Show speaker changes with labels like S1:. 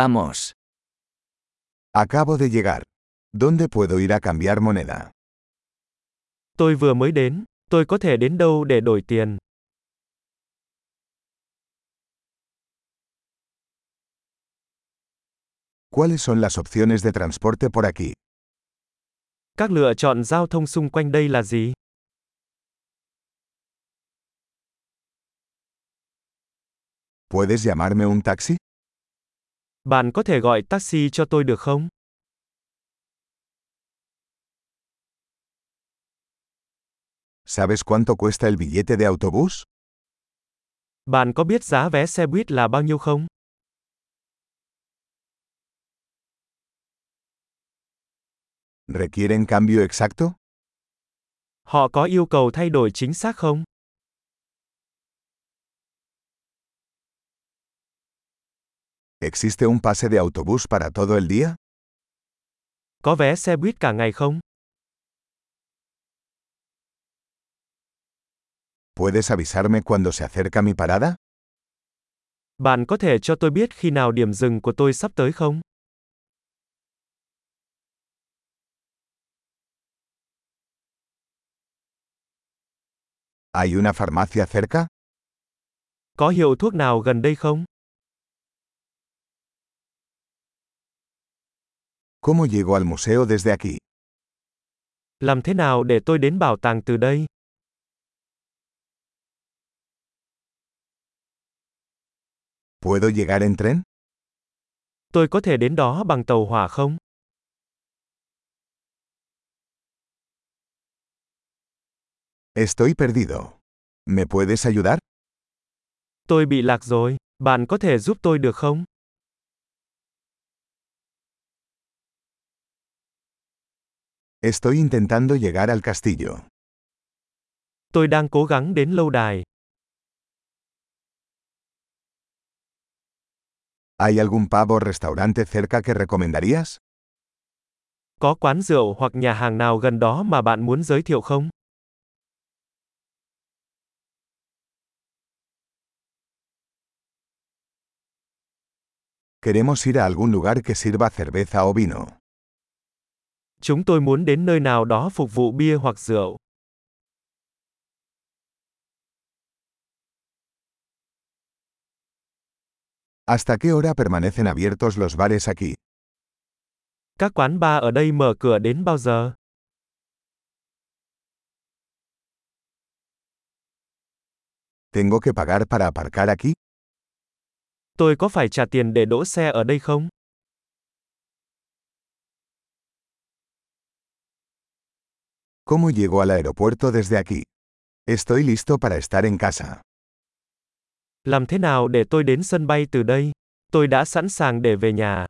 S1: Vamos.
S2: Acabo de llegar. ¿Dónde puedo ir a cambiar moneda?
S3: Tôi vừa mới đến, tôi có thể đến đâu để đổi tiền?
S2: ¿Cuáles son las opciones de transporte por aquí?
S3: Các lựa chọn giao thông xung quanh đây là gì?
S2: ¿Puedes llamarme un taxi?
S3: Bạn có thể gọi taxi cho tôi được không?
S2: ¿Sabes cuánto cuesta el billete de autobús?
S3: Bạn có biết giá vé xe buýt là bao nhiêu không?
S2: ¿Requieren cambio exacto?
S3: Họ có yêu cầu thay đổi chính xác không?
S2: ¿Existe un pase de autobús para todo el día?
S3: Có vé xe buýt cả ngày không?
S2: ¿Puedes avisarme cuando se acerca mi parada?
S3: Bạn có thể cho tôi biết khi nào điểm dừng của tôi sắp tới không?
S2: ¿Hay una farmacia cerca?
S3: Có hiệu thuốc nào gần đây không?
S2: ¿Cómo llego al museo desde aquí?
S3: Làm thế nào để tôi đến bảo tàng từ đây?
S2: ¿Puedo llegar en tren?
S3: Tôi có thể đến đó bằng tàu hỏa không?
S2: Estoy perdido. ¿Me puedes ayudar?
S3: Tôi bị lạc rồi, bạn có thể giúp tôi được không?
S2: Estoy intentando llegar al castillo.
S3: Tôi đang cố gắng đến lâu đài.
S2: ¿Hay algún pavo o restaurante cerca que recomendarías?
S3: Có quán rượu hoặc nhà hàng nào gần đó mà bạn muốn giới thiệu không?
S2: Queremos ir a algún lugar que sirva cerveza o vino.
S3: Chúng tôi muốn đến nơi nào đó phục vụ bia hoặc rượu.
S2: ¿Hasta qué hora permanecen abiertos los bares aquí?
S3: Các quán bar ở đây mở cửa đến bao giờ?
S2: ¿Tengo que pagar para aparcar aquí?
S3: Tôi có phải trả tiền để đỗ xe ở đây không?
S2: ¿Cómo llego al aeropuerto desde aquí? Estoy listo para estar en casa.
S3: Làm thế nào để tôi đến sân bay từ đây? Tôi đã sẵn sàng để về nhà.